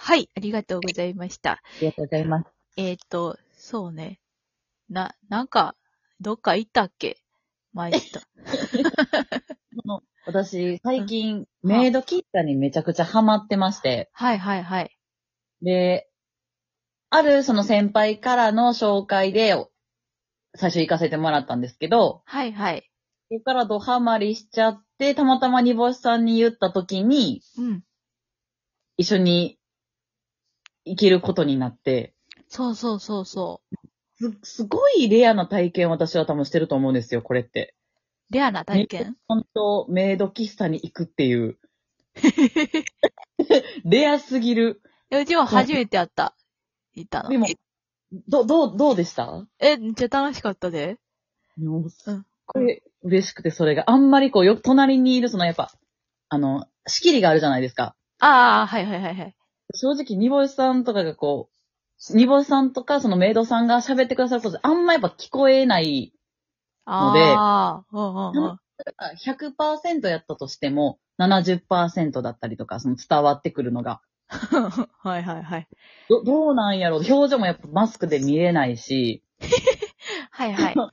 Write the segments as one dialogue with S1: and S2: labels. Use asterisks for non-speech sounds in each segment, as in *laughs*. S1: はい、ありがとうございました。
S2: りがとうございます。
S1: えっ、と、そうね。な、なんか、どっか行ったっけ前行
S2: *laughs*
S1: った。
S2: 私、最近、メイド喫茶にめちゃくちゃハマってまして、
S1: はいはいはい。
S2: で、あるその先輩からの紹介で、最初行かせてもらったんですけど、
S1: はいはい。
S2: そこからドハマりしちゃって、たまたま煮干しさんに言った時に、
S1: うん。
S2: 一緒に行けることになって、
S1: そうそうそうそう。
S2: す、すごいレアな体験を私は多分してると思うんですよ、これって。
S1: レアな体験
S2: 本当、メイド喫茶に行くっていう。レアすぎる。
S1: えうちは初めてやった。行ったの。
S2: でも、ど、どう、どうでした
S1: え、めっちゃ楽しかったで。
S2: もうす
S1: う
S2: っ
S1: ん
S2: ごい嬉しくて、それがあんまりこう、よ、隣にいる、そのやっぱ、あの、仕切りがあるじゃないですか。
S1: ああ、はいはいはいはい。
S2: 正直、煮干しさんとかがこう、煮干しさんとか、そのメイドさんが喋ってくださること、あんまやっぱ聞こえない、
S1: ああ、うんうんうん。
S2: 100%やったとしても、70%だったりとか、その伝わってくるのが。
S1: *laughs* はいはいはい。
S2: ど、どうなんやろう表情もやっぱマスクで見れないし、
S1: はい
S2: *laughs*
S1: はい。
S2: 楽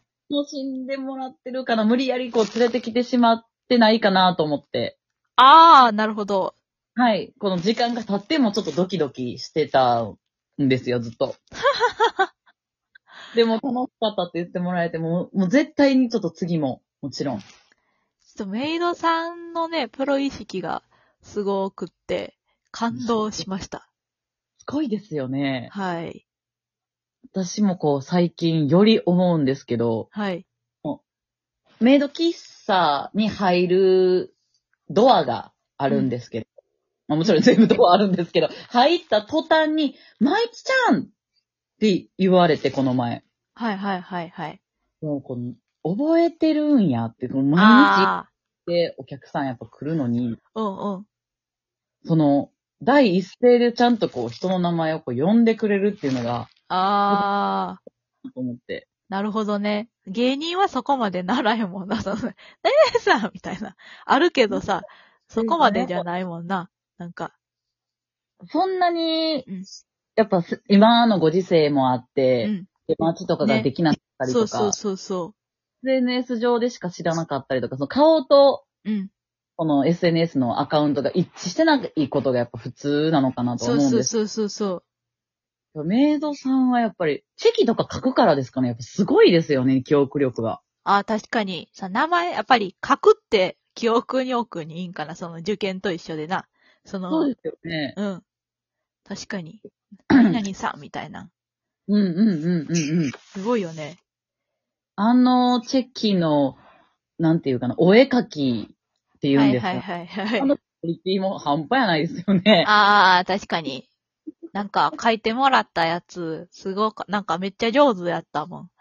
S2: しんでもらってるから無理やりこう連れてきてしまってないかなと思って。
S1: ああ、なるほど。
S2: はい。この時間が経ってもちょっとドキドキしてたんですよ、ずっ *laughs* と。でも楽しかったって言ってもらえても、もう絶対にちょっと次も、もちろん。
S1: ちょっとメイドさんのね、プロ意識がすごくって、感動しました。
S2: すごいですよね。
S1: はい。
S2: 私もこう最近より思うんですけど、
S1: はい。
S2: メイド喫茶に入るドアがあるんですけど、まあ、もちろん全部ドアあるんですけど、入った途端に、マイキちゃんって言われて、この前。
S1: はいはいはいはい。
S2: もうこの、覚えてるんやって、この毎日行っ
S1: あ
S2: てお客さんやっぱ来るのに、
S1: あ。うんうん。
S2: その、第一声でちゃんとこう人の名前をこう呼んでくれるっていうのが、
S1: ああ。
S2: と思って。
S1: なるほどね。芸人はそこまでならへんもんな。そのね *laughs* えさんみたいな。あるけどさ、そこまでじゃないもんな。なんか。
S2: そんなに、
S1: うん。
S2: やっぱす今のご時世もあっ
S1: う
S2: て、
S1: ん。
S2: 出待ちとかができなかったり
S1: そ
S2: と
S1: う
S2: か、
S1: そうそうそ
S2: SNS 上でしか知らなかったりとか、その顔と、
S1: う。うん。
S2: この SNS のアカウントが一致してないことがやっぱ普通なのかなと
S1: そ
S2: 思
S1: う
S2: うん
S1: そ
S2: で
S1: う
S2: す
S1: そうそうそう。
S2: けど、メイドさんはやっぱり、チェキとか書くからですかねやっぱすごいですよね、記憶力が。
S1: ああ、確かに。さ、名前、やっぱり書くって記憶に置くにいいんかな。その受験と一緒でな。その、
S2: そうですよね。
S1: うん。確か
S2: *clears throat*
S1: に。何々さんみたいな。
S2: うんうんうんうんうん。
S1: すごいよね。
S2: あの、チェキの、なんていうかな、お絵描きって言う
S1: は
S2: ん
S1: い
S2: ですか、
S1: はいはいはい
S2: あ。のクオリティも半端やないですよね。
S1: ああ、確かに。なんか書いてもらったやつ、すごく、なんかめっちゃ上手やったもん。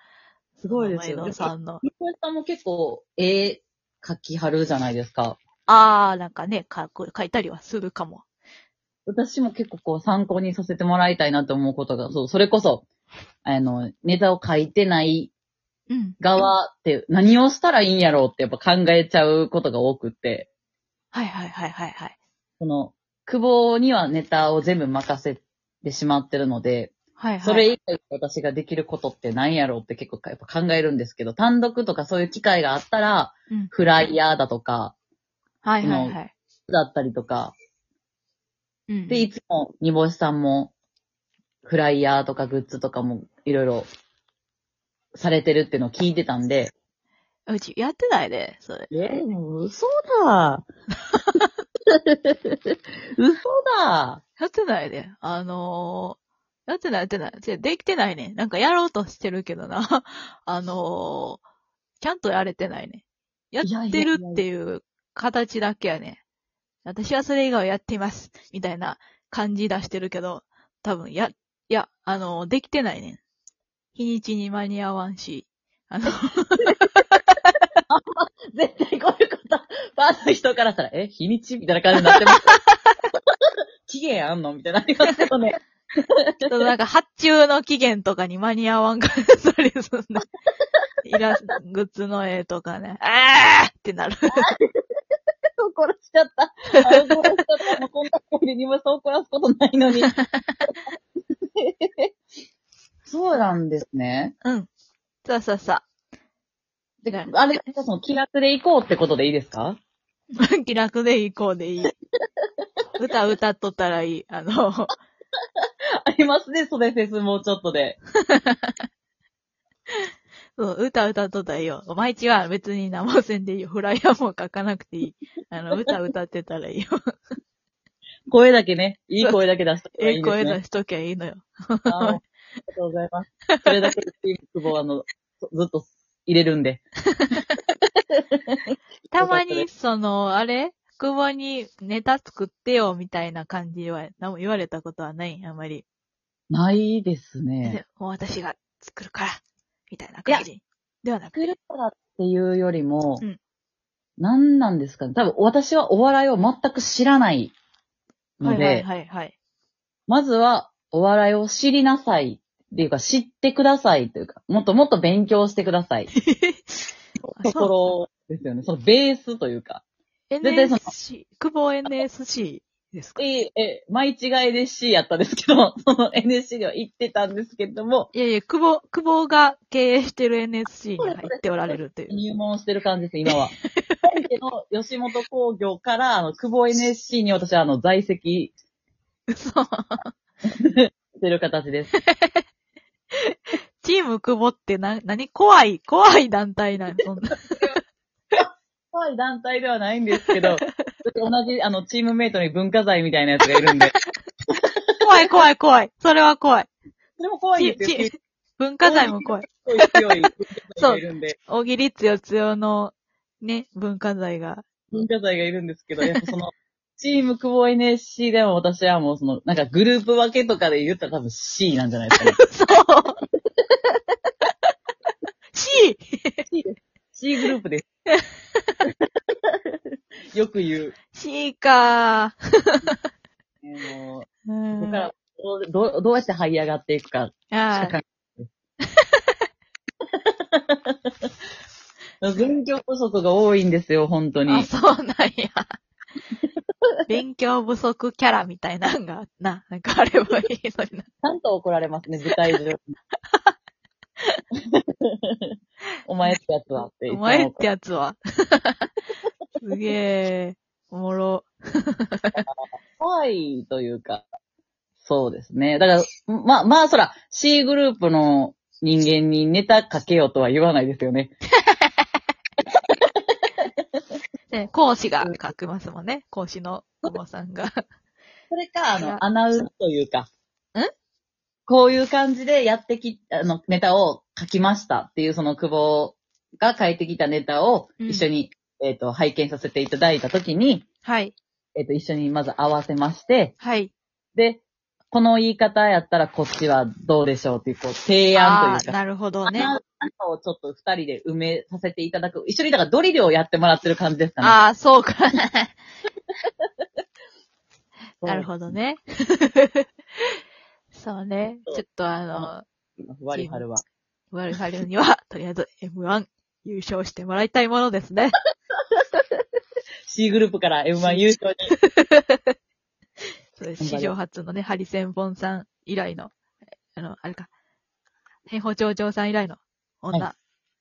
S2: すごいですよ
S1: 前
S2: ね。
S1: 野さんの。
S2: みこさんも結構、絵描きはるじゃないですか。
S1: ああ、なんかね、書く、書いたりはするかも。
S2: 私も結構こう参考にさせてもらいたいなと思うことが、そう、それこそ、あの、ネタを書いてない
S1: うん。
S2: 側って何をしたらいいんやろうってやっぱ考えちゃうことが多くって、
S1: はいはいはいはいはい。
S2: その、久保にはネタを全部任せてしまってるので、
S1: はいはい。
S2: それ以外私ができることって何やろうって結構やっぱ考えるんですけど、単独とかそういう機会があったら、
S1: うん。
S2: フライヤーだとか、
S1: はいはいはい。
S2: だったりとか、
S1: うん。
S2: で、いつも、煮干しさんも、フライヤーとかグッズとかも、いろいろ、されてるっていうのを聞いてたんで。
S1: うち、やってないで、それ。
S2: え、もう嘘 *laughs* だ嘘だ
S1: やってないで。あのー、やってないやってない。違うできてないね。なんかやろうとしてるけどな。 *laughs* あのー、ちゃんとやれてないね。やってるっていう形だけやね。私はそれ以外をやっています。みたいな感じ出してるけど、多分、や、いや、あのー、できてないね。日にちに間に合わんし。あの、
S2: 絶対こういうこと、ファンの人からしたら、え、日にちみたいな感じにな *laughs* ってます。期限あんのみたいになりますよね。
S1: ちょっとなんか発注の期限とかに間に合わんから、それそんな。イラスト、グッズの絵とかね、あーってなる。
S2: を殺しちゃった。あれを殺しちゃった。もうこんな思いで二無双を殺すことないのに。そうなんですね。
S1: うん。さあさあさ
S2: で
S1: はい
S2: あれ、じゃあその気楽で行こうってことでいいですか
S1: あ。気楽でいい、こう *laughs* でい *laughs* い。歌歌っとったらいい。あの、 *laughs*
S2: ありますね、袖フェスもうちょっとで。
S1: そう、歌歌っとったらいいよ。毎日は別に何もせんでいいよ。フライヤーも書かなくていい。あの、歌歌ってたらいいよ。
S2: 声だけね、いい声だけ出したら
S1: え
S2: *laughs* いい
S1: え
S2: んです、ね。
S1: 声出しときゃいいのよ。
S2: あーありがとうございます。それだけでチーム久保はあの、ずずっと入れるんで。
S1: たまに、その、あれ久保にネタ作ってよ、みたいな感じは、何も言われたことはない、あんまり。
S2: ないですね。
S1: でもう私が作るから、みたいな感じ。ではなく、
S2: 作るからっていうよりも、
S1: うん
S2: 何なんですかね。多分私はお笑いを全く知らないの
S1: は
S2: で、
S1: いはいはいはい。
S2: まずはお笑いを知りなさいっていうか、知ってくださいというか、もっともっと勉強してく
S1: *laughs*
S2: ださい。ところですよね。そのベースというか。絶対その
S1: NSC、久保 NSC ですかい
S2: え、え、毎違いで C やったんですけど、 *laughs* その NSC では行ってたんですけれども、
S1: やいや、久保、久保が経営してる NSC に入っておられるという。 *laughs*
S2: 入門してる感じです、今は。本家の吉本工業から、あの、久保 NSC に私は、あの、在籍
S1: そう。
S2: してる形です。
S1: チーム久保ってな、何怖い、怖い団体なん、そんな。
S2: 怖い団体ではないんですけど、 *laughs* 同じ、あの、チームメイトに文化財みたいなやつがいる
S1: *laughs*
S2: んで、
S1: 怖い怖い怖い。それは怖い。
S2: それも怖いんです
S1: チー
S2: よ
S1: チ。ー文化財も怖い。
S2: 強い強い文化財がいるんで、
S1: 大喜利強強の、ね、文化財が。
S2: 文化財がいるんですけど、やっぱその、チーム久保 NSC でも私はもうその、なんかグループ分けとかで言ったら多分 C なんじゃないで
S1: *laughs*
S2: すかね。
S1: そう。C!
S2: C グループです。よく言う。
S1: C か
S2: えーも
S1: う
S2: うここ
S1: ん。
S2: か
S1: あ
S2: らどうどう、どうやって這い上がっていくか、
S1: あー、
S2: 勉強不足が多いんですよ、本当
S1: あ、
S2: に。
S1: そうなんや。 *laughs* 勉強不足キャラみたいなんが、な、なんかあればいいのにな。
S2: ちゃんと怒られますね、舞
S1: *laughs*
S2: 台上。お前ってやつはっていつ
S1: お
S2: も
S1: 前ってやつは。すげえ、おもろ。
S2: 怖いというか。そうですね。だから、まあ、まあ、そら、C グループの人間にネタかけようとは言わないですよね。
S1: ね、講師が書きますもんね。講師のおばさんが。
S2: それか、あ
S1: いや
S2: の、アナウンスというか。ん
S1: ん
S2: こういう感じでやってき、あの、ネタを書きましたっていう、その久保が書いてきたネタを
S1: うん
S2: 一緒に、えっ、と、拝見させていただいたときに、
S1: はい。
S2: えっ、と、一緒にまず合わせまして、
S1: はい。
S2: で、この言い方やったらこっちはどうでしょうっていう、こう、提案
S1: あ
S2: とい
S1: あ、
S2: うか、
S1: なるほど
S2: 穴
S1: ね。
S2: 穴をちょっと二人で埋めさせていただく。一緒にだからドリルをやってもらってる感じですかね。
S1: ああ、そうか。なる
S2: ど。
S1: ほどね。 *laughs* そうね。ちょっとあの、
S2: ワリハルは。
S1: ワルハルには、とりあえず M1 優勝してもらいたいものですね。
S2: C グループから M1 優勝に。
S1: それ史上初のね、ハリセンボンさん以来の、あの、あれか、変法長長さん以来の女、
S2: は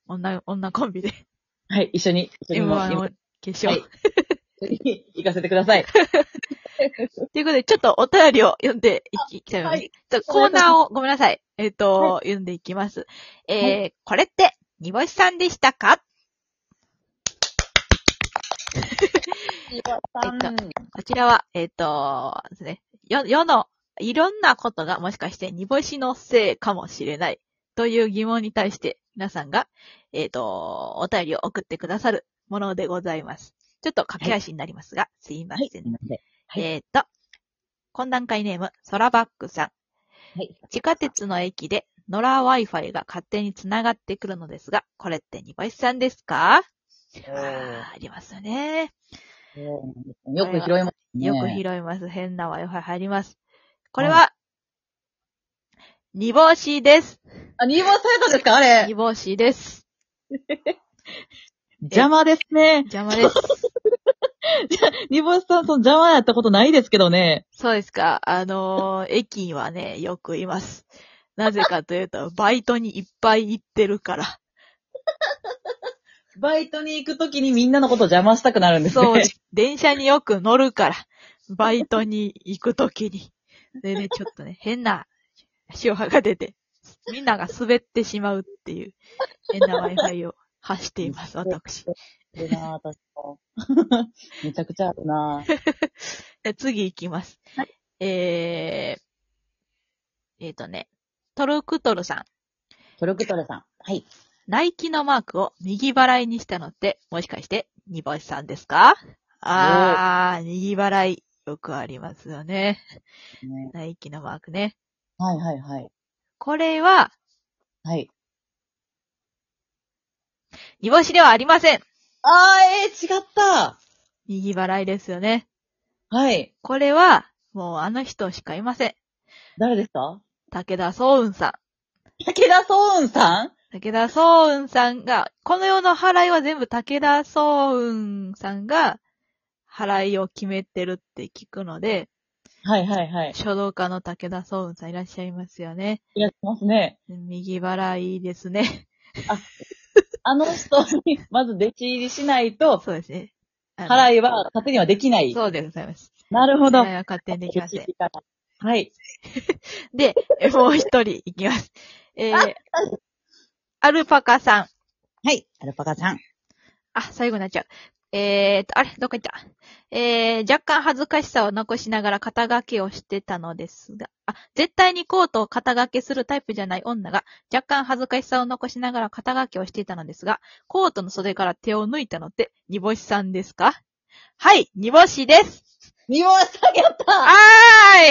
S1: 女、女コンビで
S2: はい、一緒に、一緒にもう
S1: M1 を決勝。
S2: はい行かせてください。
S1: ということで、ちょっとお便りを読んでいきいきたいと思います。
S2: は
S1: ちょっとコーナーを、ごめんなさい。えっ、と、読んでいきます。えーこれって、煮干しさんでしたかこちらは、えっ、と、ですね、よ世の、いろんなことがもしかして煮干しのせいかもしれないという疑問に対して皆さんが、えっ、と、お便りを送ってくださるものでございます。ちょっと駆け足になりますが、すいま
S2: はい、
S1: せ
S2: す
S1: ん
S2: みません。はい
S1: えー、と、懇談会ネーム、ソラバックさん。
S2: はい
S1: 地下鉄の駅で、ノラ Wi-Fi が勝手に繋がってくるのですが、これって煮干しさんですかあーありますよね。
S2: よく拾いますね。
S1: よく拾います。変な Wi-Fi 入ります。これは、煮干しです。
S2: あ、二番サイトですかあれ
S1: 煮。干しです。
S2: 邪魔ですね。 *laughs*
S1: 邪魔です。
S2: 煮干しさん、その邪魔やったことないですけどね。
S1: そうですか。あのー駅にはね、よくいます。なぜかという
S2: *laughs*
S1: と、バイトにいっぱい行ってるから。
S2: バイトに行くときにみんなのこと邪魔したくなるんですね。
S1: そう、電車によく乗るから。バイトに行くときに。でね、ちょっとね、変な塩波が出て、みんなが滑ってしまうっていう、変な Wi-Fi を発しています、私。
S2: あるなぁ、私も。 *laughs* めちゃくちゃあるなぁ。
S1: じゃあ次行きます。えー、えーとね、トルクトルさん。
S2: トルクトルさん。はい。
S1: ナイキのマークを右払いにしたのって、もしかして、煮干しさんですかあー、右払い。よくありますよね。
S2: ね
S1: ナイキのマークね。
S2: はいはいはい。
S1: これは、
S2: はい。
S1: 煮干しではありません。
S2: あー、えー、違った
S1: 右払いですよね。
S2: はい。
S1: これは、もうあの人しかいません。
S2: 誰ですか
S1: 武田総雲さ
S2: 武田総雲さん
S1: ん。武田総雲さんが、この世の払いは全部武田総雲さんが、払いを決めてるって聞くので、
S2: はいはいはい。
S1: 書道家の武田総雲さんいらっしゃいますよね。
S2: いらっしゃいますね。
S1: 右払いですね。 *laughs*
S2: あの人 *laughs* に、まず弟子入りしないと、
S1: そうですね。い。
S2: 払いは勝手にはできない。
S1: そうでございます。
S2: なるほど。
S1: 払いは勝手にできません。
S2: はい。
S1: で、えもう一人いきます。え
S2: *laughs*
S1: ー、アルパカさん。
S2: はい。アルパカさん。
S1: あ、最後になっちゃう。えーと、あれどっか行ったえー、若干恥ずかしさを残しながら肩掛けをしてたのですが、あ、絶対にコートを肩掛けするタイプじゃない女が、若干恥ずかしさを残しながら肩掛けをしていたのですが、コートの袖から手を抜いたのって、煮干しさんですかはい、煮干しです
S2: 見ましたやった
S1: はーい